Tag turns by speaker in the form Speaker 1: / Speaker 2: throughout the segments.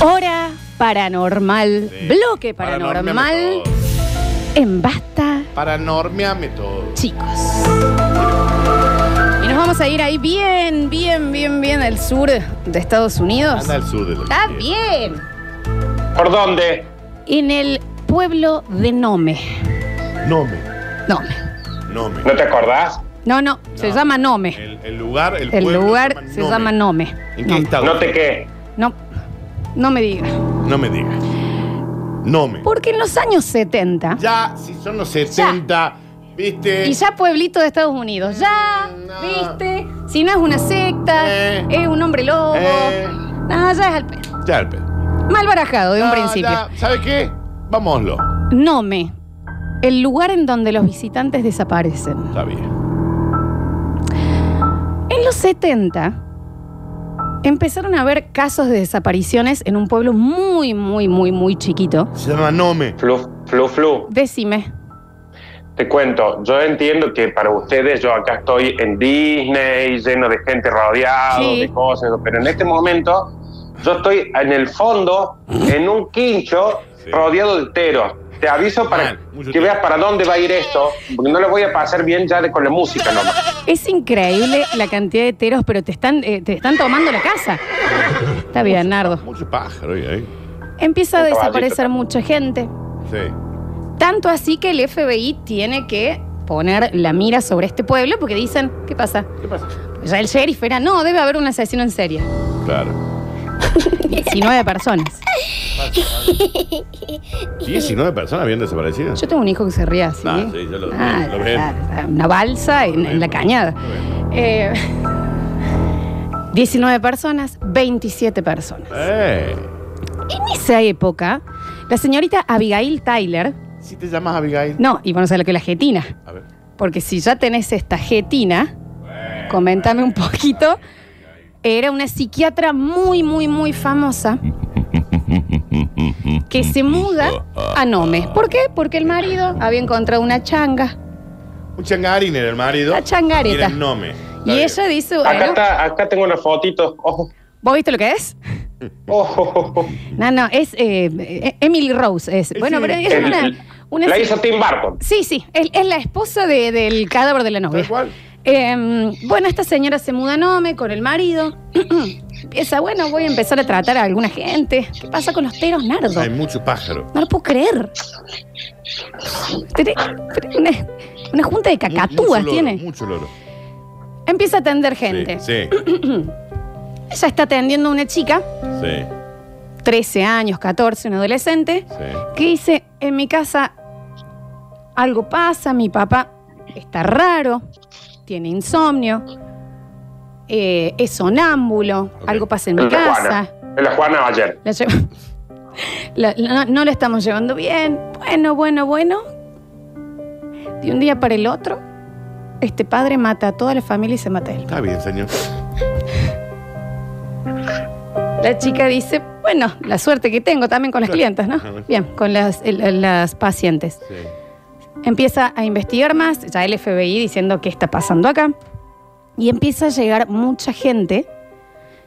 Speaker 1: Hora paranormal,
Speaker 2: Sí.
Speaker 1: bloque
Speaker 2: Paranorme,
Speaker 1: paranormal
Speaker 2: por favor.
Speaker 1: en Basta,
Speaker 2: Paranormeame todo.
Speaker 1: chicos. Y nos vamos a ir ahí bien, bien, bien, bien al sur de Estados Unidos.
Speaker 2: Anda al sur de lo que
Speaker 1: Está
Speaker 2: quieras.
Speaker 1: bien.
Speaker 3: ¿Por dónde?
Speaker 1: En el pueblo de Nome.
Speaker 2: Nome.
Speaker 1: Nome.
Speaker 2: Nome.
Speaker 3: ¿No te acordás?
Speaker 1: No, no, se
Speaker 2: No.
Speaker 1: llama Nome.
Speaker 2: El, el lugar, el,
Speaker 1: El
Speaker 2: pueblo
Speaker 1: lugar se llama Nome.
Speaker 2: ¿En qué
Speaker 1: Nome.
Speaker 2: estado?
Speaker 3: ¿No te qué?
Speaker 1: No, no me digas.
Speaker 2: No me digas. Nome.
Speaker 1: Porque en los años 70,
Speaker 2: Ya, si son los 70, ¿viste?
Speaker 1: y ya pueblito de Estados Unidos, ya,
Speaker 2: Mm, No.
Speaker 1: ¿viste? Si no es una secta,
Speaker 2: Eh.
Speaker 1: es un hombre lobo.
Speaker 2: Eh.
Speaker 1: Nada, ya es al pedo.
Speaker 2: Ya, el pedo.
Speaker 1: Mal barajado de un
Speaker 2: No,
Speaker 1: principio.
Speaker 2: ya, ¿Sabes qué? Vámonoslo.
Speaker 1: Nome, el lugar en donde los visitantes desaparecen.
Speaker 2: Está bien.
Speaker 1: En los 70 empezaron a haber casos de desapariciones en un pueblo muy, muy, muy, muy chiquito.
Speaker 2: Se llama Nome.
Speaker 3: Flu, flu, flu.
Speaker 1: Decime.
Speaker 3: Te cuento, yo entiendo que para ustedes yo acá estoy en Disney, lleno de gente rodeado,
Speaker 1: Sí.
Speaker 3: de cosas, pero en este momento yo estoy en el fondo, en un quincho,
Speaker 2: Sí.
Speaker 3: rodeado de teros. Te aviso para
Speaker 2: Mal, mucho
Speaker 3: que
Speaker 2: tero.
Speaker 3: veas para dónde va a ir esto, porque no lo voy a pasar bien ya de- con la música nomás.
Speaker 1: Es increíble la cantidad de teros, pero te están, eh, te están tomando la casa. Está bien, Nardo.
Speaker 2: Mucho pájaro ¿eh? ahí. ahí.
Speaker 1: Empieza a
Speaker 3: Un caballito
Speaker 1: desaparecer
Speaker 3: también.
Speaker 1: mucha gente.
Speaker 2: Sí.
Speaker 1: Tanto así que el FBI tiene que poner la mira sobre este pueblo porque dicen, ¿qué pasa?
Speaker 2: ¿Qué pasa?
Speaker 1: Ya el sheriff era, no, debe haber un asesino en serie.
Speaker 2: Claro.
Speaker 1: 19 personas.
Speaker 2: 19 personas habían desaparecido.
Speaker 1: Yo tengo un hijo que se ríe así.
Speaker 2: Ah,
Speaker 1: ¿eh?
Speaker 2: sí, yo lo-
Speaker 1: Ah,
Speaker 2: lo veo.
Speaker 1: ah, ah, Una balsa en, en la cañada. Eh, 19 personas, 27 personas.
Speaker 2: Eh.
Speaker 1: En esa época, la señorita Abigail Tyler,
Speaker 2: Si te llamas Abigail.
Speaker 1: no, y vamos a lo que es la jetina.
Speaker 2: A ver.
Speaker 1: Porque si ya tenés esta jetina, comentame un poquito. Era una psiquiatra muy, muy, muy famosa que se muda a Nome. ¿Por qué? Porque el marido había encontrado una changa.
Speaker 2: Un changarín era el marido.
Speaker 1: La changareta.
Speaker 2: Y era el Nome.
Speaker 1: Y ella dice,
Speaker 3: Acá,
Speaker 1: bueno,
Speaker 3: está, acá tengo una fotito. Ojo,
Speaker 1: ¿vos viste lo que es?
Speaker 3: ojo, ojo.
Speaker 1: No, no, es eh, eh, Emily Rose. Es. Bueno,
Speaker 2: sí.
Speaker 1: pero es
Speaker 3: El-
Speaker 1: una... una
Speaker 3: la hizo Tim Burton.
Speaker 1: Sí, sí, es, es la esposa de- del cadáver de la novia.
Speaker 2: Tal cual.
Speaker 1: Eh, bueno, esta señora se muda a Nome con el marido. Empieza, bueno, voy a empezar a tratar a alguna gente. ¿Qué pasa con los teros, Nardo?
Speaker 2: Hay mucho pájaro.
Speaker 1: No lo puedo creer. Tiene- tiene una, una junta de cacatúas
Speaker 2: Mucho loro,
Speaker 1: tiene.
Speaker 2: Mucho loro.
Speaker 1: Empieza a atender gente.
Speaker 2: Sí, sí, sí.
Speaker 1: Ella está atendiendo a una chica, 13 años, 14, un adolescente,
Speaker 2: sí.
Speaker 1: que dice, en mi casa algo pasa, mi papá está raro, tiene insomnio, eh, es sonámbulo,
Speaker 2: Ok.
Speaker 1: algo pasa en mi
Speaker 3: En la
Speaker 1: casa.
Speaker 3: Juana. En la Juana ayer.
Speaker 1: La llevo- la- la- no, no la estamos llevando bien. Bueno, bueno, bueno. De un día para el otro, este padre mata a toda la familia y se mata él.
Speaker 2: Está bien, señor.
Speaker 1: La chica dice, bueno, la suerte que tengo también con las
Speaker 2: Claro.
Speaker 1: clientas, ¿no?
Speaker 2: Ajá.
Speaker 1: Bien, con las, el- las pacientes.
Speaker 2: Sí.
Speaker 1: Empieza a investigar más, ya el FBI diciendo qué está pasando acá. Y empieza a llegar mucha gente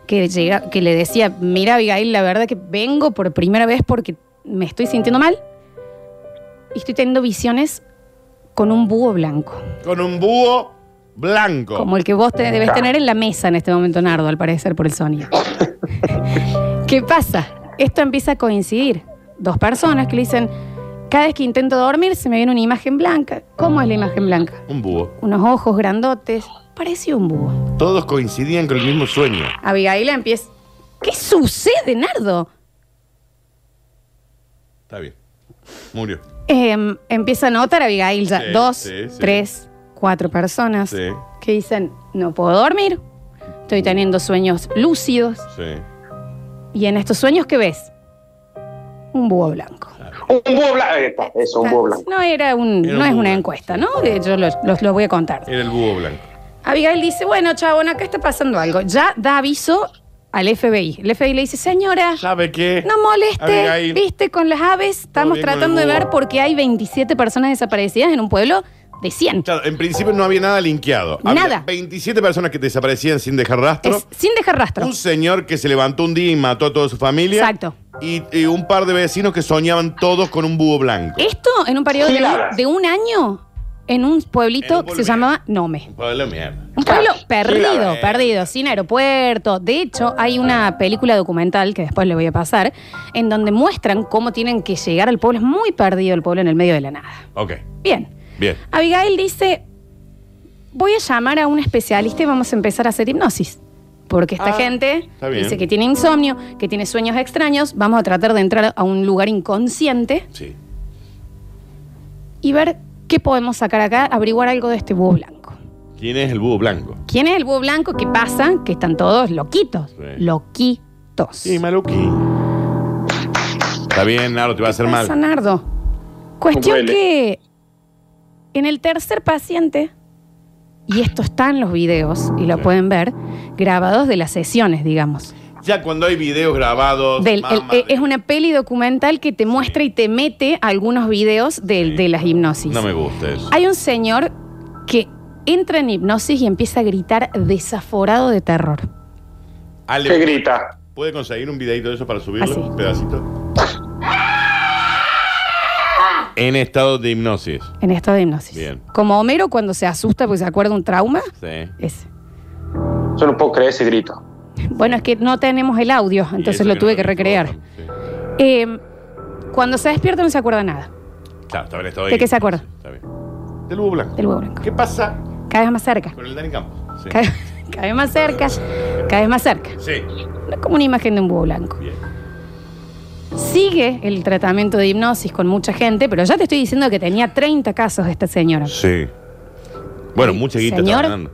Speaker 1: que, llega, que le decía, mira Abigail, la verdad que vengo por primera vez porque me estoy sintiendo mal y estoy teniendo visiones con un búho blanco,
Speaker 2: Con un búho blanco.
Speaker 1: como el que vos te debes tener en la mesa en este momento, Nardo, al parecer, por el sonido. ¿Qué pasa? Esto empieza a coincidir. Dos personas que le dicen, cada vez que intento dormir se me viene una imagen blanca. ¿Cómo es la imagen blanca?
Speaker 2: Un búho.
Speaker 1: unos ojos grandotes. Parecía un búho.
Speaker 2: Todos coincidían con el mismo sueño.
Speaker 1: Abigail empieza. ¿Qué sucede, Nardo?
Speaker 2: Está bien. Murió.
Speaker 1: Em, empieza a notar Abigail ya.
Speaker 2: Sí,
Speaker 1: dos,
Speaker 2: sí, sí.
Speaker 1: tres, cuatro personas
Speaker 2: Sí.
Speaker 1: que dicen: No puedo dormir, estoy teniendo sueños lúcidos.
Speaker 2: Sí.
Speaker 1: Y en estos sueños, ¿qué ves? Un búho blanco.
Speaker 3: Un búho blanco. Ahí está, Eso, un búho blanco.
Speaker 1: No, era un,
Speaker 2: Era
Speaker 1: no es
Speaker 2: un búho
Speaker 1: una
Speaker 2: blanco.
Speaker 1: encuesta, ¿no? De- Yo lo, lo- lo voy a contar.
Speaker 2: Era el búho blanco.
Speaker 1: Abigail dice: Bueno, chabón, acá está pasando algo. Ya da aviso al FBI. El FBI le dice: Señora.
Speaker 2: ¿Sabe qué?
Speaker 1: No moleste,
Speaker 2: Abigail,
Speaker 1: viste, con las aves estamos
Speaker 2: bien con el
Speaker 1: tratando de
Speaker 2: búho.
Speaker 1: ver porque hay 27 personas desaparecidas en un pueblo de 100.
Speaker 2: Claro, en principio no había nada linkeado. Había
Speaker 1: Nada.
Speaker 2: 27 personas que desaparecían sin dejar rastro.
Speaker 1: Es sin dejar rastro.
Speaker 2: Un señor que se levantó un día y mató a toda su familia.
Speaker 1: Exacto.
Speaker 2: Y, y un par de vecinos que soñaban todos con un búho blanco.
Speaker 1: Esto en un periodo de,
Speaker 3: Giladas.
Speaker 1: de un año en un
Speaker 2: En
Speaker 1: pueblito
Speaker 2: un
Speaker 1: que se
Speaker 2: pueblo.
Speaker 1: llamaba Nome.
Speaker 2: Un pueblo de mierda.
Speaker 1: Un pueblo
Speaker 3: Giladas.
Speaker 1: perdido,
Speaker 2: Eh.
Speaker 1: perdido, sin aeropuerto. De hecho, hay una película documental que después le voy a pasar, en donde muestran cómo tienen que llegar al pueblo. Es muy perdido el pueblo en el medio de la nada.
Speaker 2: Ok,
Speaker 1: Bien.
Speaker 2: bien.
Speaker 1: Abigail dice, voy a llamar a un especialista y vamos a empezar a hacer hipnosis. Porque esta
Speaker 2: Ah,
Speaker 1: gente
Speaker 2: está bien.
Speaker 1: dice que tiene insomnio, que tiene sueños extraños, vamos a tratar de entrar a un lugar inconsciente
Speaker 2: Sí.
Speaker 1: y ver qué podemos sacar acá, averiguar algo de este búho blanco.
Speaker 2: ¿Quién es el búho blanco?
Speaker 1: ¿Quién es el búho blanco? ¿Qué pasa? Que están todos loquitos.
Speaker 2: Sí.
Speaker 1: Loquitos.
Speaker 2: Sí, Maluki. Está bien, Naro, te va a hacer
Speaker 1: pasa,
Speaker 2: mal.
Speaker 1: Nardo? Cuestión
Speaker 3: Duele.
Speaker 1: que en el tercer paciente, y esto está en los videos y lo
Speaker 2: Sí.
Speaker 1: pueden ver, grabados de las sesiones, digamos.
Speaker 2: Ya cuando hay videos grabados.
Speaker 1: Del- el-
Speaker 2: mamá,
Speaker 1: eh,
Speaker 2: de-
Speaker 1: es una peli documental que te muestra y te mete algunos videos de,
Speaker 2: Sí.
Speaker 1: de las hipnosis.
Speaker 2: No me gusta eso.
Speaker 1: Hay un señor que entra en hipnosis y empieza a gritar desaforado de terror.
Speaker 3: ¿Qué
Speaker 2: Ale,
Speaker 3: grita?
Speaker 2: ¿puede conseguir un videito de eso para subirlo?
Speaker 1: Así.
Speaker 2: Un pedacito. En estado de hipnosis.
Speaker 1: En estado de hipnosis.
Speaker 2: Bien.
Speaker 1: Como Homero cuando se asusta porque se acuerda un trauma.
Speaker 2: Sí.
Speaker 1: Ese.
Speaker 3: Yo no puedo creer ese grito.
Speaker 1: Bueno, es que no tenemos el audio, entonces lo tuve que recrear. Eh, cuando se despierta no se acuerda nada
Speaker 2: Claro, está bien, está
Speaker 1: ¿De qué se acuerda?
Speaker 2: Está bien. Del búho blanco.
Speaker 1: del huevo blanco.
Speaker 2: ¿Qué pasa
Speaker 1: Cada vez más cerca.
Speaker 2: con el Dani Campos? Sí.
Speaker 1: Cada, cada vez más cerca. Cada vez más cerca.
Speaker 2: Sí.
Speaker 1: No es como una imagen de un búho blanco.
Speaker 2: Bien.
Speaker 1: Sigue el tratamiento de hipnosis con mucha gente, pero ya te estoy diciendo que tenía 30 casos este esta señora.
Speaker 2: Sí. Bueno, mucha guita está
Speaker 1: Señor.
Speaker 2: ganando.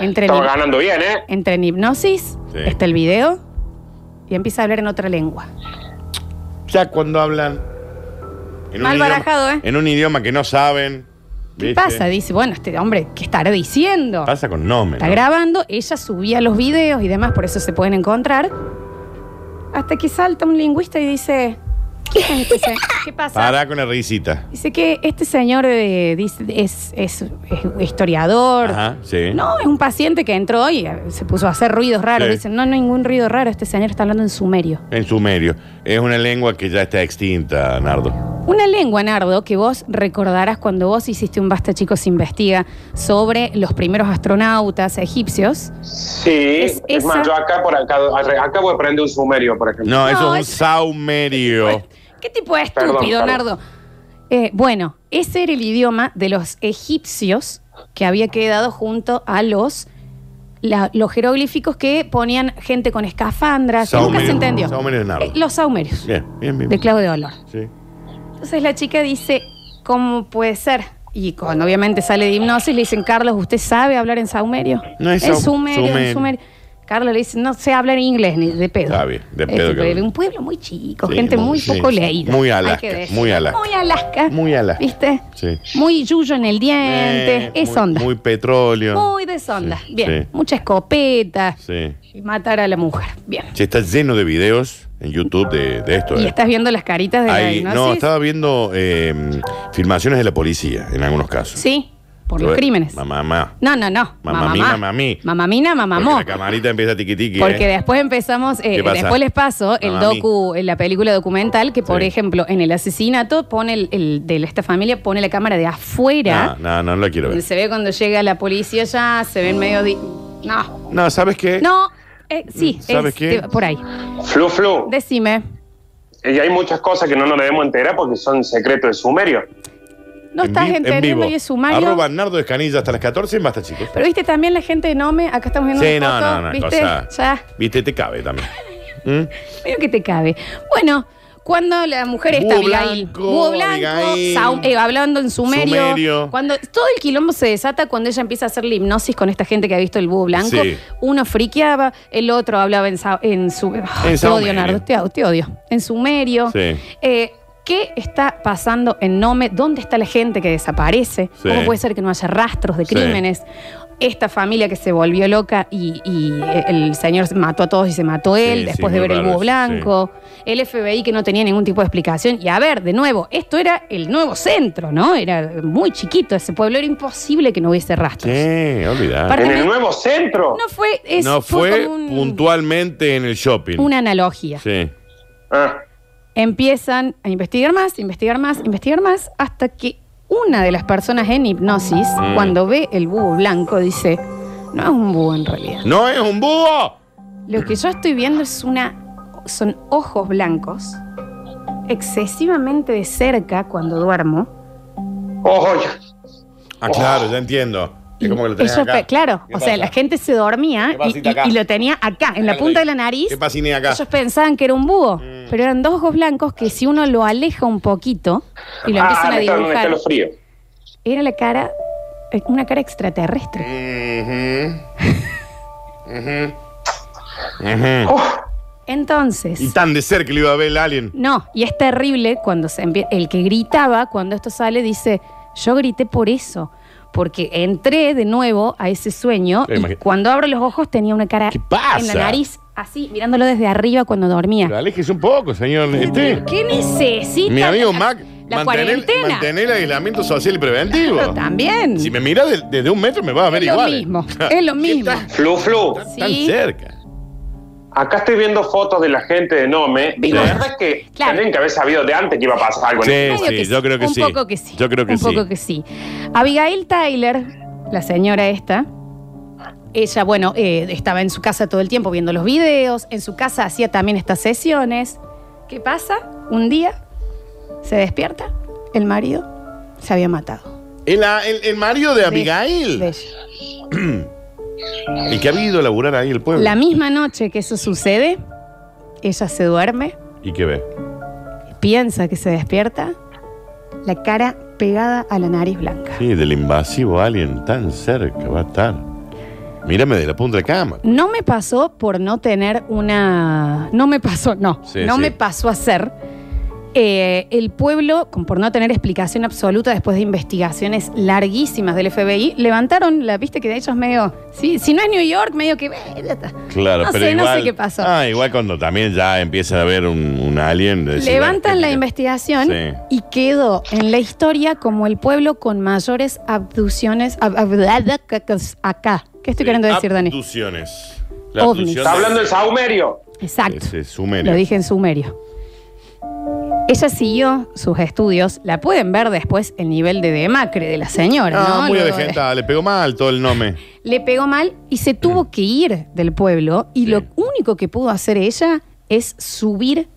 Speaker 1: Entre en,
Speaker 3: Estamos ganando bien, ¿eh?
Speaker 1: entre en hipnosis,
Speaker 2: Sí.
Speaker 1: está el video y empieza a hablar en otra lengua.
Speaker 2: Ya cuando hablan. en un
Speaker 1: Mal
Speaker 2: idioma-
Speaker 1: barajado, ¿eh?
Speaker 2: En un idioma que no saben.
Speaker 1: ¿Qué
Speaker 2: ¿viste?
Speaker 1: pasa? Dice, bueno, este hombre, ¿qué estará diciendo?
Speaker 2: Pasa con nombre.
Speaker 1: Está grabando, ella subía los videos y demás, por eso se pueden encontrar. Hasta que salta un lingüista y dice, ¿qué, es este se- qué pasa?
Speaker 2: Pará con la risita.
Speaker 1: Dice que este señor eh, dice- es, es- es historiador.
Speaker 2: Ajá, sí.
Speaker 1: No, es un paciente que entró y eh, se puso a hacer ruidos raros.
Speaker 2: Sí.
Speaker 1: Dicen, no, no, ningún ruido raro, este señor está hablando en sumerio.
Speaker 2: En sumerio. Es una lengua que ya está extinta, Nardo.
Speaker 1: Una lengua, Nardo, que vos recordarás cuando vos hiciste un Basta Chicos Investiga sobre los primeros astronautas egipcios.
Speaker 3: Sí.
Speaker 1: Es
Speaker 3: Es, más,
Speaker 1: esa-
Speaker 3: yo acá por acá acabo de prender un sumerio, por ejemplo.
Speaker 2: No,
Speaker 1: No,
Speaker 2: eso es un
Speaker 1: es-
Speaker 2: saumerio.
Speaker 1: ¿Qué tipo de estúpido,
Speaker 3: Perdón, perdón.
Speaker 1: Nardo? Eh, bueno, ese era el idioma de los egipcios que había quedado junto a los, la- los jeroglíficos que ponían gente con escafandras. que Nunca
Speaker 2: Saumerio.
Speaker 1: se entendió.
Speaker 2: Saumerio de Nardo.
Speaker 1: Eh, los saumerios,
Speaker 2: Bien, bien, bien.
Speaker 1: de Claudio Olor.
Speaker 2: Sí.
Speaker 1: Entonces la chica dice, ¿cómo puede ser? Y cuando obviamente sale de hipnosis, le dicen, Carlos, ¿usted sabe hablar en saumerio?
Speaker 2: No es
Speaker 1: en
Speaker 2: sau-
Speaker 1: sumerio,
Speaker 2: sumerio.
Speaker 1: en sumerio. Carlos le dice, no sé hablar inglés, ni de pedo.
Speaker 2: Está bien, de pedo
Speaker 1: Este,
Speaker 2: que-
Speaker 1: pero un pueblo muy chico,
Speaker 2: Sí,
Speaker 1: gente
Speaker 2: muy-
Speaker 1: muy,
Speaker 2: sí,
Speaker 1: poco
Speaker 2: sí.
Speaker 1: leída.
Speaker 2: Muy
Speaker 1: hay
Speaker 2: Alaska,
Speaker 1: que decir.
Speaker 2: muy Alaska.
Speaker 1: Muy Alaska.
Speaker 2: Muy Alaska.
Speaker 1: ¿Viste?
Speaker 2: Sí.
Speaker 1: Muy yuyo en el diente,
Speaker 2: Eh,
Speaker 1: es
Speaker 2: muy-
Speaker 1: onda.
Speaker 2: Muy
Speaker 1: Muy,
Speaker 2: petróleo.
Speaker 1: de esa
Speaker 2: Sí,
Speaker 1: onda. Bien,
Speaker 2: sí.
Speaker 1: mucha escopeta,
Speaker 2: Sí.
Speaker 1: y matar a la mujer. Bien.
Speaker 2: Che, está lleno de videos en YouTube de, de esto.
Speaker 1: Y
Speaker 2: eh.
Speaker 1: estás viendo las caritas de
Speaker 2: Ahí-
Speaker 1: la
Speaker 2: no,
Speaker 1: hipnosis.
Speaker 2: estaba viendo eh, filmaciones de la policía en algunos casos.
Speaker 1: Sí, por los
Speaker 2: Yo, eh,
Speaker 1: crímenes.
Speaker 2: Mamá, mamá.
Speaker 1: No, no, no.
Speaker 2: Mamá mí, mamá mí.
Speaker 1: Mamamina, mamamó.
Speaker 2: Porque la camarita empieza tiqui tiqui.
Speaker 1: Porque
Speaker 2: eh.
Speaker 1: después empezamos, eh,
Speaker 2: ¿Qué pasa?
Speaker 1: después les paso el
Speaker 2: Mamá mí.
Speaker 1: docu, eh, la película documental, que por
Speaker 2: Sí.
Speaker 1: ejemplo en el asesinato pone el, el de esta familia, pone la cámara de afuera,
Speaker 2: No, no, no la quiero
Speaker 1: donde
Speaker 2: ver.
Speaker 1: se ve cuando llega la policía ya, se ve en medio de... No,
Speaker 2: No, ¿sabes qué?
Speaker 1: no, eh, sí,
Speaker 2: ¿Sabes
Speaker 1: es-
Speaker 2: qué?
Speaker 1: te- por ahí.
Speaker 3: Flu, flu.
Speaker 1: Decime,
Speaker 3: Y hay muchas cosas que no nos debemos enterar porque son secretos de sumerio.
Speaker 1: no
Speaker 2: En
Speaker 1: estás
Speaker 2: vi- en
Speaker 1: entendiendo
Speaker 2: vivo.
Speaker 1: y es sumario.
Speaker 2: Arroba Nardo Escanilla hasta las 14 en basta, chicos.
Speaker 1: Pero viste también la gente de Nome, acá estamos viendo
Speaker 2: Sí,
Speaker 1: una
Speaker 2: no,
Speaker 1: foto,
Speaker 2: no, no,
Speaker 1: ¿viste?
Speaker 2: cosa-
Speaker 1: Ya.
Speaker 2: Viste, te cabe también. ¿Mm?
Speaker 1: Medio que te cabe. Bueno, cuando la mujer está
Speaker 2: Búho
Speaker 1: Abigail,
Speaker 2: blanco,
Speaker 1: búho blanco,
Speaker 2: Abigail.
Speaker 1: saum- eh, hablando en sumerio,
Speaker 2: Sumerio.
Speaker 1: cuando todo el quilombo se desata cuando ella empieza a hacer la hipnosis con esta gente que ha visto el búho blanco,
Speaker 2: Sí.
Speaker 1: uno friqueaba, el otro hablaba en, sa- en su ah,
Speaker 2: En
Speaker 1: te
Speaker 2: saumerio.
Speaker 1: odio, Nardo, te, au- te odio. En sumerio.
Speaker 2: Sí.
Speaker 1: Eh, ¿Qué está pasando en Nome? ¿Dónde está la gente que desaparece?
Speaker 2: Sí.
Speaker 1: ¿Cómo puede ser que no haya rastros de
Speaker 2: Sí.
Speaker 1: crímenes? esta familia que se volvió loca y, y eh, el señor se mató a todos y se mató él
Speaker 2: Sí,
Speaker 1: después
Speaker 2: sí,
Speaker 1: de
Speaker 2: muy
Speaker 1: ver el
Speaker 2: raro
Speaker 1: búho
Speaker 2: eso,
Speaker 1: blanco, el FBI que no tenía ningún tipo de explicación. Y a ver, de nuevo, esto era el nuevo centro, ¿no? Era muy chiquito ese pueblo, era imposible que no hubiese rastros.
Speaker 2: Sí, olvidar.
Speaker 1: Para-
Speaker 3: En
Speaker 1: mí-
Speaker 3: el nuevo centro.
Speaker 1: No fue, es-
Speaker 2: No fue
Speaker 1: como un-
Speaker 2: puntualmente en el shopping.
Speaker 1: una analogía.
Speaker 2: Sí.
Speaker 3: Ah,
Speaker 1: Empiezan a investigar más, investigar más, investigar más, hasta que una de las personas en hipnosis,
Speaker 2: Mm.
Speaker 1: cuando ve el búho blanco, dice, no es un búho en realidad.
Speaker 2: ¡No es un búho!
Speaker 1: Lo que yo estoy viendo es una, son ojos blancos, excesivamente de cerca cuando duermo.
Speaker 3: ojo, ya.
Speaker 2: Ah, claro, ya entiendo. Es como que lo tenés
Speaker 1: Oh. Eso
Speaker 2: acá.
Speaker 1: pe- Claro,
Speaker 2: ¿Qué
Speaker 1: o sea,
Speaker 2: pasa?
Speaker 1: la gente se dormía
Speaker 2: ¿Qué
Speaker 1: y,
Speaker 2: pasita
Speaker 1: y-
Speaker 2: acá?
Speaker 1: y lo tenía acá, en la
Speaker 2: Acá,
Speaker 1: punta de
Speaker 2: ahí.
Speaker 1: la nariz.
Speaker 2: ¿Qué pasine acá? Mm.
Speaker 1: Ellos pensaban que era un búho, pero eran dos ojos blancos que si uno lo aleja un poquito y lo
Speaker 3: Ah,
Speaker 1: empiezan a
Speaker 3: me está dando un
Speaker 1: dibujar,
Speaker 3: escalofrío.
Speaker 1: era la cara, eh, una cara
Speaker 2: Mm.
Speaker 1: extraterrestre.
Speaker 2: Ujú. Ujú. Ujú.
Speaker 1: Entonces,
Speaker 2: Y tan de cerca que lo iba a ver el alien.
Speaker 1: no, y es terrible cuando se empie- el que gritaba cuando esto sale dice, yo grité por eso, porque entré de nuevo a ese sueño
Speaker 2: Sí,
Speaker 1: y
Speaker 2: imagi-
Speaker 1: cuando abro los ojos tenía una cara
Speaker 2: ¿Qué pasa?
Speaker 1: en la nariz así, mirándolo desde arriba cuando dormía.
Speaker 2: Pero aléjese un poco, señor. Este.
Speaker 1: ¿Qué necesita?
Speaker 2: Mi amigo
Speaker 1: la-
Speaker 2: Mac,
Speaker 1: la
Speaker 2: mantener,
Speaker 1: cuarentena.
Speaker 2: mantener el aislamiento social y preventivo.
Speaker 1: Pero también.
Speaker 2: Si me mira de- desde un metro me va a ver
Speaker 1: Es lo
Speaker 2: igual.
Speaker 1: mismo, es lo mismo.
Speaker 3: Flu, flu.
Speaker 2: Tan
Speaker 1: Sí.
Speaker 2: cerca.
Speaker 3: Acá estoy viendo fotos de la gente de Nome. Y la
Speaker 2: Sí.
Speaker 3: verdad es que
Speaker 1: Claro.
Speaker 3: tendrían que haber sabido de antes que iba a pasar algo. en
Speaker 2: Sí.
Speaker 3: el-
Speaker 1: Medio
Speaker 2: yo creo que
Speaker 1: un
Speaker 2: sí.
Speaker 1: poco que sí.
Speaker 2: Yo creo que
Speaker 1: un
Speaker 2: sí.
Speaker 1: poco que sí. Abigail Tyler, la señora esta, ella, bueno, eh, estaba en su casa todo el tiempo viendo los videos, en su casa hacía también estas sesiones. ¿Qué pasa? Un día se despierta, el marido se había matado.
Speaker 2: El, el, el marido de Abigail.
Speaker 1: De ella.
Speaker 2: El que ha ido a laburar ahí el pueblo.
Speaker 1: La misma noche que eso sucede, ella se duerme,
Speaker 2: ¿Y qué ve?
Speaker 1: piensa que se despierta, la cara pegada a la nariz blanca.
Speaker 2: Sí, del invasivo alien tan cerca va a estar. Mírame de la punta de la cama.
Speaker 1: No me pasó por no tener una. No me pasó, no.
Speaker 2: Sí,
Speaker 1: no
Speaker 2: sí.
Speaker 1: me pasó a ser. eh, el pueblo, con- por no tener explicación absoluta después de investigaciones larguísimas del FBI, levantaron la. Viste que de hecho es medio. Sí, si no es New York, medio que.
Speaker 2: Claro,
Speaker 1: No
Speaker 2: pero
Speaker 1: sé, no
Speaker 2: igual,
Speaker 1: sé qué pasó.
Speaker 2: Ah, igual cuando también ya empieza a haber un, un alien. de decir,
Speaker 1: Levantan
Speaker 2: bueno,
Speaker 1: la
Speaker 2: ¿qué-
Speaker 1: investigación
Speaker 2: Sí.
Speaker 1: y quedó en la historia como el pueblo con mayores abducciones. ab- abducciones acá. ¿Qué estoy
Speaker 2: Sí,
Speaker 1: queriendo decir, Dani?
Speaker 2: Abducciones.
Speaker 1: Ovnis.
Speaker 2: abducción
Speaker 3: Está
Speaker 2: de-
Speaker 3: hablando el Saumerio.
Speaker 1: Exacto.
Speaker 2: Ese
Speaker 1: Lo
Speaker 2: sumerio.
Speaker 1: dije en sumerio. Ella siguió sus estudios, la pueden ver después el nivel de demacre de la señora,
Speaker 2: Ah,
Speaker 1: ¿no?
Speaker 2: muy
Speaker 1: Luego de-
Speaker 2: avejentada, le pegó mal todo el nombre.
Speaker 1: Le pegó mal y se tuvo que ir del pueblo y
Speaker 2: Mm. Sí.
Speaker 1: lo único que pudo hacer ella es subir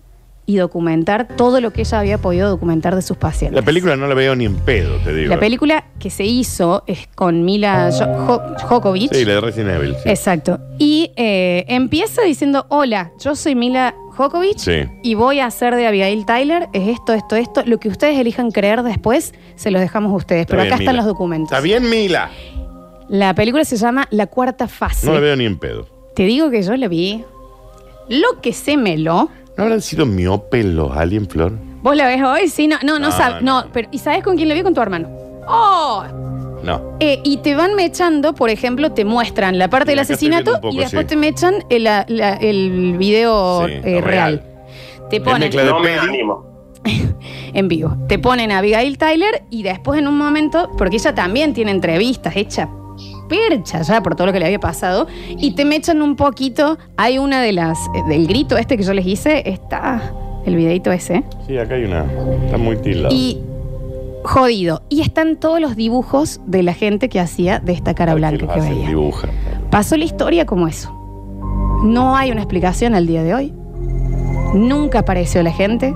Speaker 1: y documentar todo lo que ella había podido documentar de sus pacientes.
Speaker 2: La película no la veo ni en pedo, te digo.
Speaker 1: La película que se hizo es con Mila Jo- Jo- Jokovic.
Speaker 2: Sí, la de Resident Evil. Sí.
Speaker 1: Exacto. Y eh, empieza diciendo, hola, yo soy Mila Jokovic
Speaker 2: Sí.
Speaker 1: y voy a hacer de Abigail Tyler, es esto, esto, esto. Lo que ustedes elijan creer después, se los dejamos a ustedes.
Speaker 2: Está
Speaker 1: Pero
Speaker 2: bien,
Speaker 1: acá están
Speaker 2: Mila.
Speaker 1: los documentos.
Speaker 2: Está bien, Mila.
Speaker 1: La película se llama La Cuarta Fase.
Speaker 2: No la veo ni en pedo.
Speaker 1: Te digo que yo la vi. Lo que se meló.
Speaker 2: ¿No habrán sido miopes los alien, Flor?
Speaker 1: ¿Vos la ves hoy? Sí, no, no, no,
Speaker 2: No,
Speaker 1: sabes. No,
Speaker 2: no.
Speaker 1: pero ¿y sabes con quién la vi? Con tu hermano. ¡Oh!
Speaker 2: No.
Speaker 1: Eh, y te van mechando, por ejemplo, te muestran la parte
Speaker 2: Mira,
Speaker 1: del
Speaker 2: acá estoy viendo
Speaker 1: asesinato
Speaker 2: un poco,
Speaker 1: y después
Speaker 2: sí.
Speaker 1: te mechan el, la- la- el video
Speaker 2: Sí,
Speaker 1: eh,
Speaker 2: lo
Speaker 1: real.
Speaker 2: real.
Speaker 1: Te
Speaker 2: Es
Speaker 1: ponen
Speaker 2: mezcla de
Speaker 3: No me
Speaker 2: peli.
Speaker 3: animo.
Speaker 1: en vivo. Te ponen a Abigail Tyler y después en un momento, porque ella también tiene entrevistas hecha percha ya por todo lo que le había pasado, y te mechan un poquito. Hay una de las, eh, del grito este que yo les hice, está el videito ese.
Speaker 2: Sí, acá hay una. Está muy tildado.
Speaker 1: Y jodido. Y están todos los dibujos de la gente que hacía de esta cara blanca que veía.
Speaker 2: dibuja.
Speaker 1: Pasó la historia como eso. No hay una explicación al día de hoy. Nunca apareció la gente.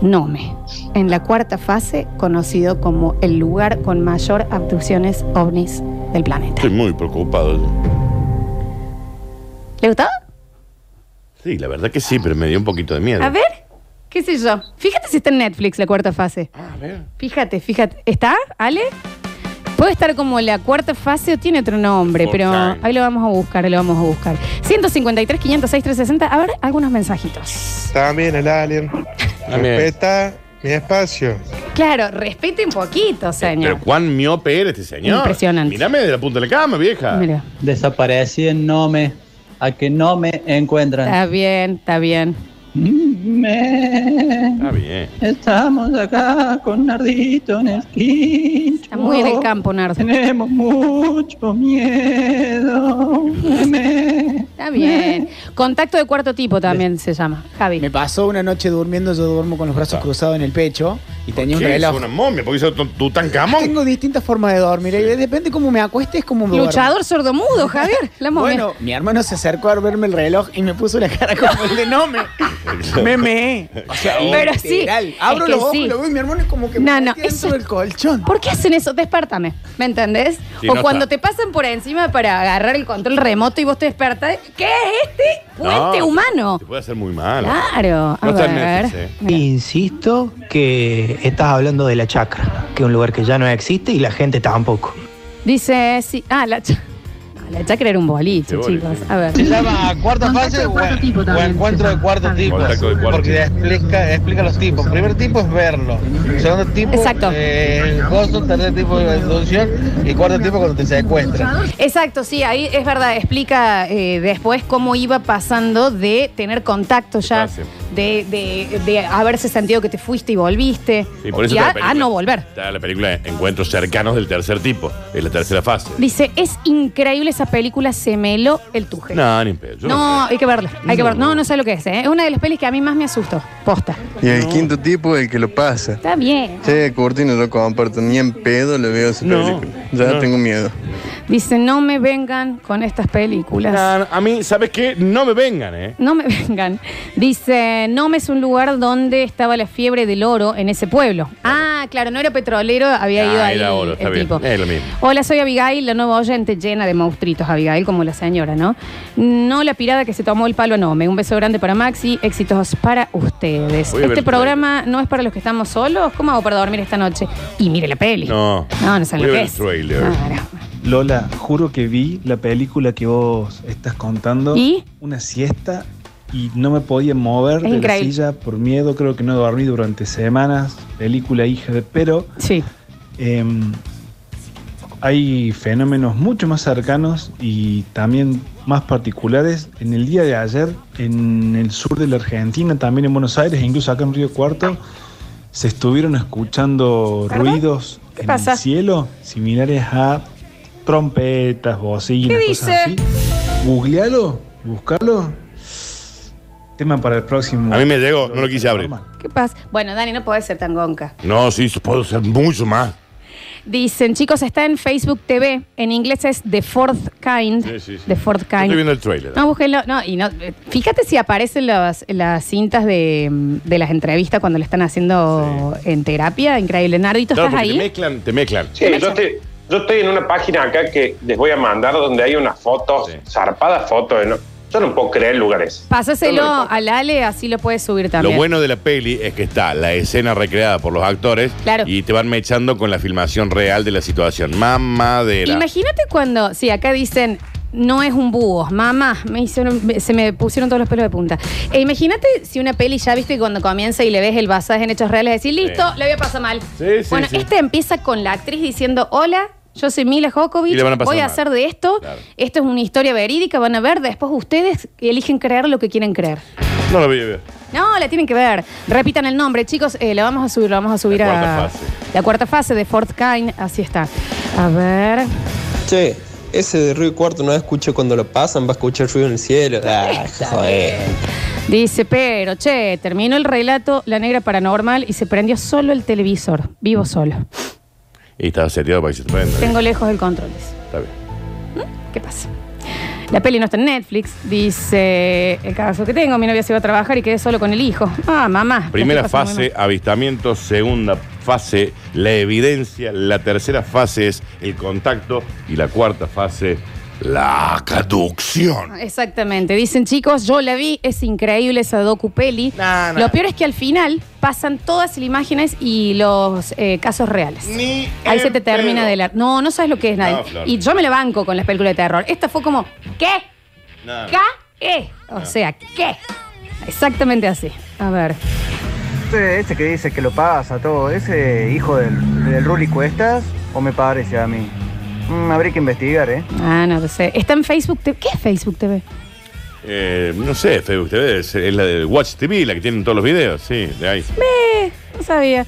Speaker 1: Nome. En la cuarta fase, conocido como el lugar con mayor abducciones ovnis del planeta.
Speaker 2: Estoy muy preocupado. yo.
Speaker 1: ¿Le gustó?
Speaker 2: Sí, la verdad que sí, pero me dio un poquito de miedo.
Speaker 1: A ver, qué sé yo. Fíjate si está en Netflix la cuarta fase.
Speaker 2: Ah, a ver.
Speaker 1: Fíjate, fíjate. ¿Está, Ale? Puede estar como la cuarta fase o tiene otro nombre,
Speaker 2: Full
Speaker 1: pero
Speaker 2: time.
Speaker 1: ahí lo vamos a buscar, lo vamos a buscar. 153, 506, 360. A ver, algunos mensajitos.
Speaker 4: También el alien.
Speaker 2: También.
Speaker 4: Respeta mi espacio.
Speaker 1: Claro, respete un poquito, señor.
Speaker 2: Eh, Pero cuán miope era este señor.
Speaker 1: Impresionante.
Speaker 2: Mírame de la punta de la cama, vieja.
Speaker 1: Mira,
Speaker 4: Desaparecí en Nome, a que no me encuentran.
Speaker 1: está bien, está bien.
Speaker 4: Mm, me-
Speaker 2: Está bien.
Speaker 4: Estamos acá con Nardito en el quincho.
Speaker 1: Está muy en el campo, Nardo.
Speaker 4: Tenemos mucho miedo. me-
Speaker 1: Está bien. Contacto de cuarto tipo también se llama,
Speaker 5: Me
Speaker 1: Javi.
Speaker 5: pasó una noche durmiendo, yo duermo con los brazos cruzados en el pecho y tenía un
Speaker 2: ¿Qué? Es
Speaker 5: reloj.
Speaker 2: una momia, porque hizo tu tan
Speaker 5: Tengo distintas formas de dormir y depende cómo me acueste es como me duermo.
Speaker 1: Luchador sordomudo, Javier. La momia.
Speaker 5: Bueno, mi hermano se acercó a verme el reloj y me puso la cara como el de Nome. Meme. O sea,
Speaker 1: Pero sí,
Speaker 5: literal.
Speaker 1: es
Speaker 5: Abro
Speaker 1: que
Speaker 5: los ojos,
Speaker 1: sí.
Speaker 5: lo veo y mi hermano es como que
Speaker 1: No,
Speaker 5: me
Speaker 1: no,
Speaker 5: mete dentro
Speaker 1: eso-
Speaker 5: del colchón.
Speaker 1: ¿Por qué hacen eso? Despártame, ¿me entendés?
Speaker 2: Sí,
Speaker 1: o
Speaker 2: no
Speaker 1: cuando
Speaker 2: está.
Speaker 1: te pasan por encima para agarrar el control remoto y vos te despertás. ¿Qué es este puente humano?
Speaker 2: Te puede hacer muy mal.
Speaker 1: Claro, a
Speaker 2: No está en
Speaker 1: ver.
Speaker 2: Netflix, eh.
Speaker 1: Mira.
Speaker 6: Insisto que estás hablando de la chacra, que es un lugar que ya no existe y la gente tampoco.
Speaker 1: Dice, sí. Ah, la, cha- no, la chacra era un boliche,
Speaker 2: Qué boliche.
Speaker 1: chicos. A ver.
Speaker 7: Se llama cuarta fase o, o encuentro de cuarto tipo.
Speaker 2: Contacto de cuarto
Speaker 7: porque
Speaker 2: tipo.
Speaker 7: explica, explica los tipos. El primer tipo es verlo. Segundo tipo
Speaker 1: Exacto.
Speaker 7: eh, el gozo. Tercer tipo es la seducción. Y cuarto tipo cuando te secuestran.
Speaker 1: Exacto, sí, ahí es verdad. Explica eh, después cómo iba pasando de tener contacto ya,
Speaker 2: pase.
Speaker 1: de, de- de haberse sentido que te fuiste y volviste,
Speaker 2: Sí, por eso
Speaker 1: y
Speaker 2: está
Speaker 1: a,
Speaker 2: la película.
Speaker 1: a ah, no volver.
Speaker 2: Está la película Encuentros cercanos del tercer tipo. Es la tercera fase.
Speaker 1: Dice, es increíble esa película, se me lo el tuje.
Speaker 2: No, ni en pedo. Yo
Speaker 1: No,
Speaker 2: sé.
Speaker 1: hay que verla, hay que verla. No, no sé lo que es, ¿eh? Es una de las pelis que a mí más me asustó. Posta.
Speaker 8: Y el quinto tipo es el que lo pasa.
Speaker 1: Está bien.
Speaker 8: Che, Curti no lo comparto, ni en pedo le veo esa
Speaker 2: No,
Speaker 8: película. Ya
Speaker 2: no.
Speaker 8: tengo miedo.
Speaker 1: Dice, no me vengan con estas películas.
Speaker 2: No, no, a mí, ¿sabes qué? No me vengan, ¿eh?
Speaker 1: No me vengan. Dice, no me es un lugar donde estaba la fiebre del oro en ese pueblo. Ah, claro, no era petrolero, había
Speaker 2: Ah,
Speaker 1: ido ahí
Speaker 2: era oro,
Speaker 1: el
Speaker 2: está bien,
Speaker 1: tipo.
Speaker 2: es lo mismo.
Speaker 1: Hola, soy Abigail, la nueva oyente llena de monstruitos, Abigail, como la señora, ¿no? No la pirada que se tomó el palo, no. Me un beso grande para Maxi, éxitos para ustedes.
Speaker 2: Voy a ver
Speaker 1: este
Speaker 2: el
Speaker 1: programa no es para los que estamos solos. ¿Cómo hago para dormir esta noche? Y mire la peli.
Speaker 2: No.
Speaker 1: No, no saben lo
Speaker 2: Voy a
Speaker 1: que
Speaker 2: ver
Speaker 1: es.
Speaker 2: el trailer.
Speaker 1: Claro.
Speaker 9: Lola, juro que vi la película que vos estás contando.
Speaker 1: ¿Y?
Speaker 9: Una siesta y no me podía mover
Speaker 1: Es
Speaker 9: de la
Speaker 1: increíble.
Speaker 9: silla por miedo. Creo que no dormí durante semanas. Película hija de... Pero
Speaker 1: Sí.
Speaker 9: em, hay fenómenos mucho más cercanos y también más particulares. En el día de ayer, en el sur de la Argentina, también en Buenos Aires, e incluso acá en Río Cuarto, se estuvieron escuchando
Speaker 1: ¿Perdón?
Speaker 9: ruidos
Speaker 1: ¿Qué
Speaker 9: en
Speaker 1: pasa?
Speaker 9: el cielo similares a trompetas, bocinas,
Speaker 1: ¿Qué
Speaker 9: cosas
Speaker 1: dice?
Speaker 9: así. Googlealo, buscalo. Tema para el próximo.
Speaker 2: A mí me llegó, no lo quise abrir.
Speaker 1: ¿Qué pasa? Bueno, Dani, no podés ser tan gonca.
Speaker 2: No, sí, puedo ser mucho más.
Speaker 1: Dicen, chicos, está en Facebook TV. En inglés es The Fourth Kind.
Speaker 2: Sí, sí, sí.
Speaker 1: The Fourth
Speaker 2: Yo Estoy viendo
Speaker 1: Kind.
Speaker 2: el trailer.
Speaker 1: No, búsquenlo. No, y no, eh, fíjate si aparecen las, las cintas de, mm, de las entrevistas cuando le están haciendo en terapia. Increíble. Nardito,
Speaker 2: claro,
Speaker 1: ¿estás
Speaker 2: porque te
Speaker 1: ahí?
Speaker 2: mezclan, te mezclan.
Speaker 3: Sí, yo estoy, yo estoy en una página acá que les voy a mandar donde hay unas fotos,
Speaker 2: Sí.
Speaker 3: zarpadas fotos. ¿no? Yo no puedo creer lugares.
Speaker 1: Pásaselo
Speaker 3: Yo no lo puedo.
Speaker 1: al Ale, así lo puedes subir también.
Speaker 2: Lo bueno de la peli es que está la escena recreada por los actores
Speaker 1: Claro.
Speaker 2: y te van mechando con la filmación real de la situación. Mamadera.
Speaker 1: Imagínate cuando, sí, acá dicen, no es un búho, mamá, me hicieron, me- se me pusieron todos los pelos de punta. E imagínate si una peli ya viste que cuando comienza y le ves el basaje en hechos reales, decir, listo,
Speaker 2: Sí.
Speaker 1: la voy a pasar mal.
Speaker 2: Sí, sí,
Speaker 1: bueno,
Speaker 2: sí.
Speaker 1: esta empieza con la actriz diciendo, hola. Yo soy Mila
Speaker 2: Y
Speaker 1: Jokovic,
Speaker 2: le van a pasar
Speaker 1: voy a
Speaker 2: mal.
Speaker 1: hacer de esto.
Speaker 2: Claro.
Speaker 1: Esto es una historia verídica, van a ver. Después ustedes eligen creer lo que quieren creer.
Speaker 2: No lo eh. voy a ver.
Speaker 1: No, la tienen que ver. Repitan el nombre, chicos. eh, la vamos a subir, la vamos a subir
Speaker 2: La
Speaker 1: a
Speaker 2: cuarta fase.
Speaker 1: la cuarta fase de Fort Kind. Así está. A ver.
Speaker 10: Che, ese de Río Cuarto no escucho cuando lo pasan, va a escuchar ruido en el cielo. Ah, joder.
Speaker 1: Dice, pero che, terminó el relato La Negra Paranormal y se prendió solo el televisor. Vivo solo.
Speaker 2: Y estaba seteado para que se te prenda.
Speaker 1: Tengo lejos el control. dice.
Speaker 2: Está bien.
Speaker 1: ¿Qué pasa? La peli no está en Netflix. Dice, el caso que tengo, mi novia se va a trabajar y quedé solo con el hijo. Ah, mamá. la
Speaker 2: Primera
Speaker 1: estoy pasando muy
Speaker 2: fase, avistamiento. Segunda fase, la evidencia. La tercera fase es el contacto. Y la cuarta fase, la
Speaker 1: mal.
Speaker 2: caducción.
Speaker 1: Exactamente. Dicen, chicos, yo la vi, es increíble esa docu peli.
Speaker 2: No, no.
Speaker 1: Lo peor es que al final pasan todas las imágenes y los eh, casos reales.
Speaker 2: Ni
Speaker 1: Ahí
Speaker 2: en
Speaker 1: se te termina
Speaker 2: pedo.
Speaker 1: de la... No, no sabes lo que es nadie.
Speaker 2: No, Flor.
Speaker 1: y yo me la banco con las películas de terror. Esta fue como, ¿qué?
Speaker 2: No, no.
Speaker 1: E. ¿Qué? O sea, ¿qué? Exactamente así. A ver.
Speaker 11: Ese, ese Este, que dice que lo pasa todo, ese hijo del, del Ruli Cuestas, o me parece a mí. Mm, habría que investigar, ¿eh?
Speaker 1: Ah, no lo sé. Está en Facebook TV. ¿Qué es Facebook TV?
Speaker 2: Eh, no sé, Facebook TV, es, es la de Watch TV, la que tienen todos los videos, sí, de ahí.
Speaker 1: Ve, no sabía.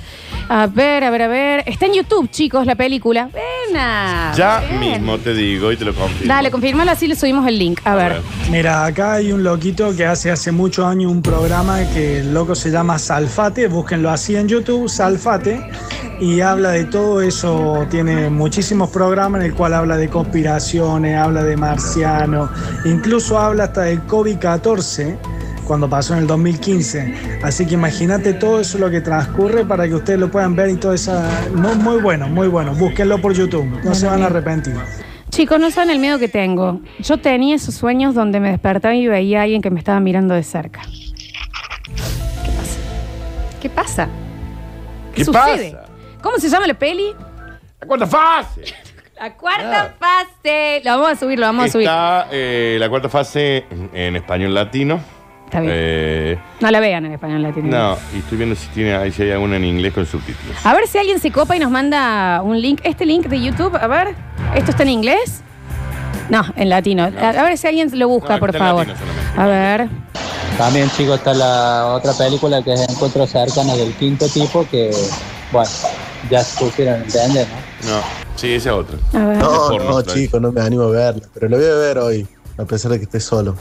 Speaker 1: A ver, a ver, a ver. Está en YouTube, chicos, la película. Ven a.
Speaker 2: ya
Speaker 1: ven.
Speaker 2: mismo te digo y te lo confirmo.
Speaker 1: Dale, confirmalo así le subimos el link. A, ver.
Speaker 12: Mira, acá hay un loquito que hace hace muchos años un programa que el loco se llama Salfate, búsquenlo así en YouTube, Salfate, y habla de todo eso, tiene muchísimos programas en el cual habla de conspiraciones, habla de marcianos, incluso habla hasta del COVID-14 cuando pasó en el 2015. Así que imagínate todo eso lo que transcurre para que ustedes lo puedan ver y todo esa... Muy, muy bueno, muy bueno. Búsquenlo por YouTube, no se van a arrepentir.
Speaker 1: Chicos, no saben el miedo que tengo. Yo tenía esos sueños donde me despertaba y veía a alguien que me estaba mirando de cerca. ¿Qué pasa? ¿Qué pasa?
Speaker 2: ¿Qué
Speaker 1: sucede? ¿Cómo se llama la peli?
Speaker 2: La cuarta fase.
Speaker 1: La cuarta fase. Lo vamos a subir, lo vamos a subir.
Speaker 2: Está eh, la cuarta fase en español latino.
Speaker 1: Está bien.
Speaker 2: Eh,
Speaker 1: No la vean en español latino.
Speaker 2: no, y estoy viendo si tiene ahí si hay alguna en inglés con subtítulos.
Speaker 1: A ver si alguien se copa y nos manda un link. Este link de YouTube, a ver, ¿esto está en inglés? No, en latino. A a ver si alguien lo busca, por favor. Ah. A ver.
Speaker 13: También, chicos, está la otra película que es Encuentro Cercano del quinto tipo que, bueno, ya se pusieron, ¿entiendes? No?
Speaker 2: No, sí, esa es otra.
Speaker 1: A ver.
Speaker 14: Oh, No,
Speaker 2: Porno,
Speaker 14: no,
Speaker 2: otra vez.
Speaker 14: chicos, no me animo a verla, pero la voy a ver hoy, a pesar de que esté solo.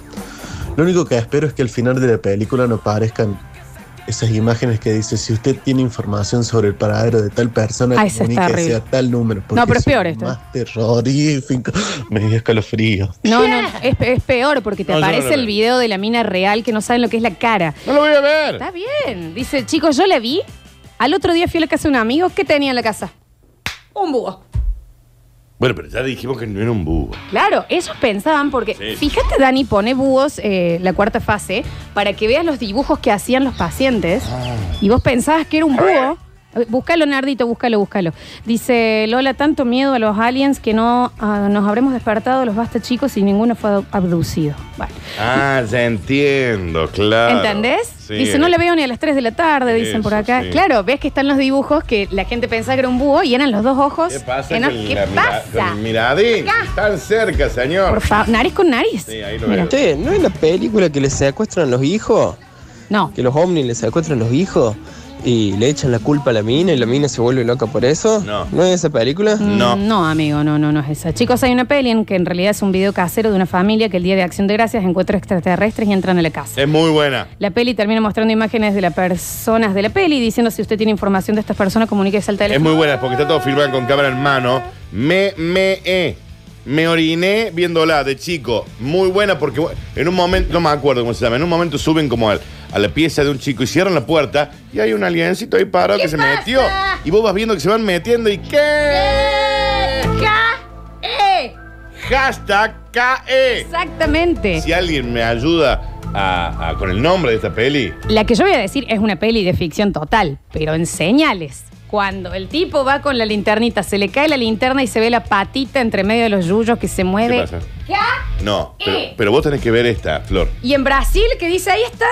Speaker 14: Lo único que espero es que al final de la película no aparezcan esas imágenes que dice si usted tiene información sobre el paradero de tal persona,
Speaker 1: Ah, esa está
Speaker 14: comuníquese a
Speaker 1: horrible.
Speaker 14: tal número.
Speaker 1: No, pero es
Speaker 14: porque
Speaker 1: peor
Speaker 14: son
Speaker 1: esto.
Speaker 14: Más terrorífico. Me dio escalofrío.
Speaker 1: No, no, no, es, pe- es peor porque te
Speaker 14: No, yo no
Speaker 1: aparece
Speaker 14: lo
Speaker 1: el
Speaker 14: veo.
Speaker 1: video de la mina real que no saben lo que es la cara.
Speaker 2: No lo voy a ver.
Speaker 1: Está bien. Dice, chicos, yo la vi. Al otro día fui a la casa de un amigo. ¿Qué tenía en la casa? Un búho.
Speaker 2: Bueno, pero ya dijimos que no era un búho.
Speaker 1: Claro, ellos pensaban porque,
Speaker 2: Sí.
Speaker 1: fíjate, Dani pone búhos eh, la cuarta fase para que veas los dibujos que hacían los pacientes.
Speaker 14: Ah.
Speaker 1: Y vos pensabas que era un búho. Eh, Búscalo, Nardito, búscalo, búscalo. Dice Lola, tanto miedo a los aliens que no ah, nos habremos despertado los basta chicos y ninguno fue ab- abducido. Bueno.
Speaker 2: Ah, ya entiendo, claro.
Speaker 1: ¿Entendés?
Speaker 2: Sí.
Speaker 1: Dice, no le veo ni a las 3 de la tarde, dicen por
Speaker 2: Eso,
Speaker 1: acá.
Speaker 2: sí.
Speaker 1: Claro, ves que están los dibujos que la gente pensaba que era un búho y eran los dos ojos.
Speaker 2: ¿Qué pasa?
Speaker 1: que no-
Speaker 2: con
Speaker 1: ¿Qué
Speaker 2: la mira-
Speaker 1: pasa?
Speaker 2: con el miradín. Tan cerca, señor.
Speaker 1: Por favor, nariz con nariz.
Speaker 2: Sí, ahí lo
Speaker 1: Mira.
Speaker 2: veo.
Speaker 10: Che, ¿no es la película que le secuestran los hijos?
Speaker 1: No.
Speaker 10: Que los ovnis le secuestran los hijos y le echan la culpa a la mina y la mina se vuelve loca por eso. No. ¿No es esa película?
Speaker 1: Mm, No, amigo, no, no, no es esa. Chicos, hay una peli en que en realidad es un video casero de una familia que el día de Acción de Gracias encuentra extraterrestres y entran a la casa.
Speaker 2: Es muy buena.
Speaker 1: La peli termina mostrando imágenes de las personas de la peli diciendo si usted tiene información de estas personas, comuníquese al
Speaker 2: Es
Speaker 1: teléfono.
Speaker 2: muy buena porque está todo filmado con cámara en mano. Me, me, eh. Me oriné viéndola de chico. Muy buena porque en un momento, no me acuerdo cómo se llama, en un momento suben como al- a la pieza de un chico y cierran la puerta y hay un aliencito ahí parado que se metió. Y vos vas viendo que se van metiendo y ¿qué?
Speaker 1: ¡Eh!
Speaker 2: Hashtag E. KE.
Speaker 1: Exactamente.
Speaker 2: Si alguien me ayuda a- a- con el nombre de esta peli.
Speaker 1: La que yo voy a decir es una peli de ficción total, pero en señales. Cuando el tipo va con la linternita, se le cae la linterna y se ve la patita entre medio de los yuyos que se mueve.
Speaker 2: ¿Qué pasa? No, pero, pero vos tenés que ver esta, Flor.
Speaker 1: Y en Brasil que dice, ahí está,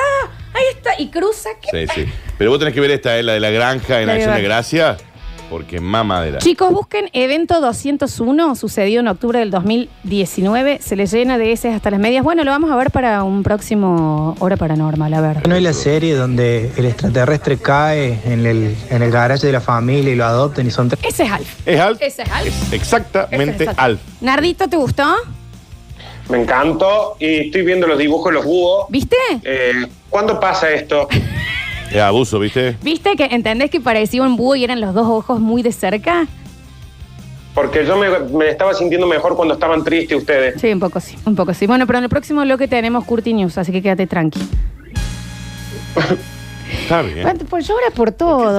Speaker 1: ahí está, y cruza. ¿qué?
Speaker 2: Sí, sí. Pero vos tenés que ver esta, eh, la de la granja en
Speaker 1: La de
Speaker 2: Acción de
Speaker 1: Bar-
Speaker 2: Gracias, porque mamadera.
Speaker 1: Chicos, busquen evento 201, sucedido en octubre del 2019, se le llena de heces hasta las medias. Bueno, lo vamos a ver para un próximo Hora Paranormal, a ver.
Speaker 6: ¿No es la serie donde el extraterrestre cae en el, en el garaje de la familia y lo adoptan y son tres?
Speaker 1: Ese es Alf.
Speaker 2: ¿Es Alf?
Speaker 1: Ese es Alf.
Speaker 2: exactamente
Speaker 1: Ese es Alf. Nardito, ¿te gustó?
Speaker 3: Me encantó y estoy viendo los dibujos de los búhos.
Speaker 1: ¿Viste?
Speaker 3: Eh, ¿Cuándo pasa esto?
Speaker 2: Es abuso, ¿viste?
Speaker 1: ¿Viste que entendés que parecía un búho y eran los dos ojos muy de cerca?
Speaker 3: Porque yo me, me estaba sintiendo mejor cuando estaban tristes ustedes.
Speaker 1: Sí, un poco sí, un poco sí. Bueno, pero en el próximo bloque tenemos Curti News, así que quédate tranqui.
Speaker 2: Está bien.
Speaker 1: Pues llora por todo.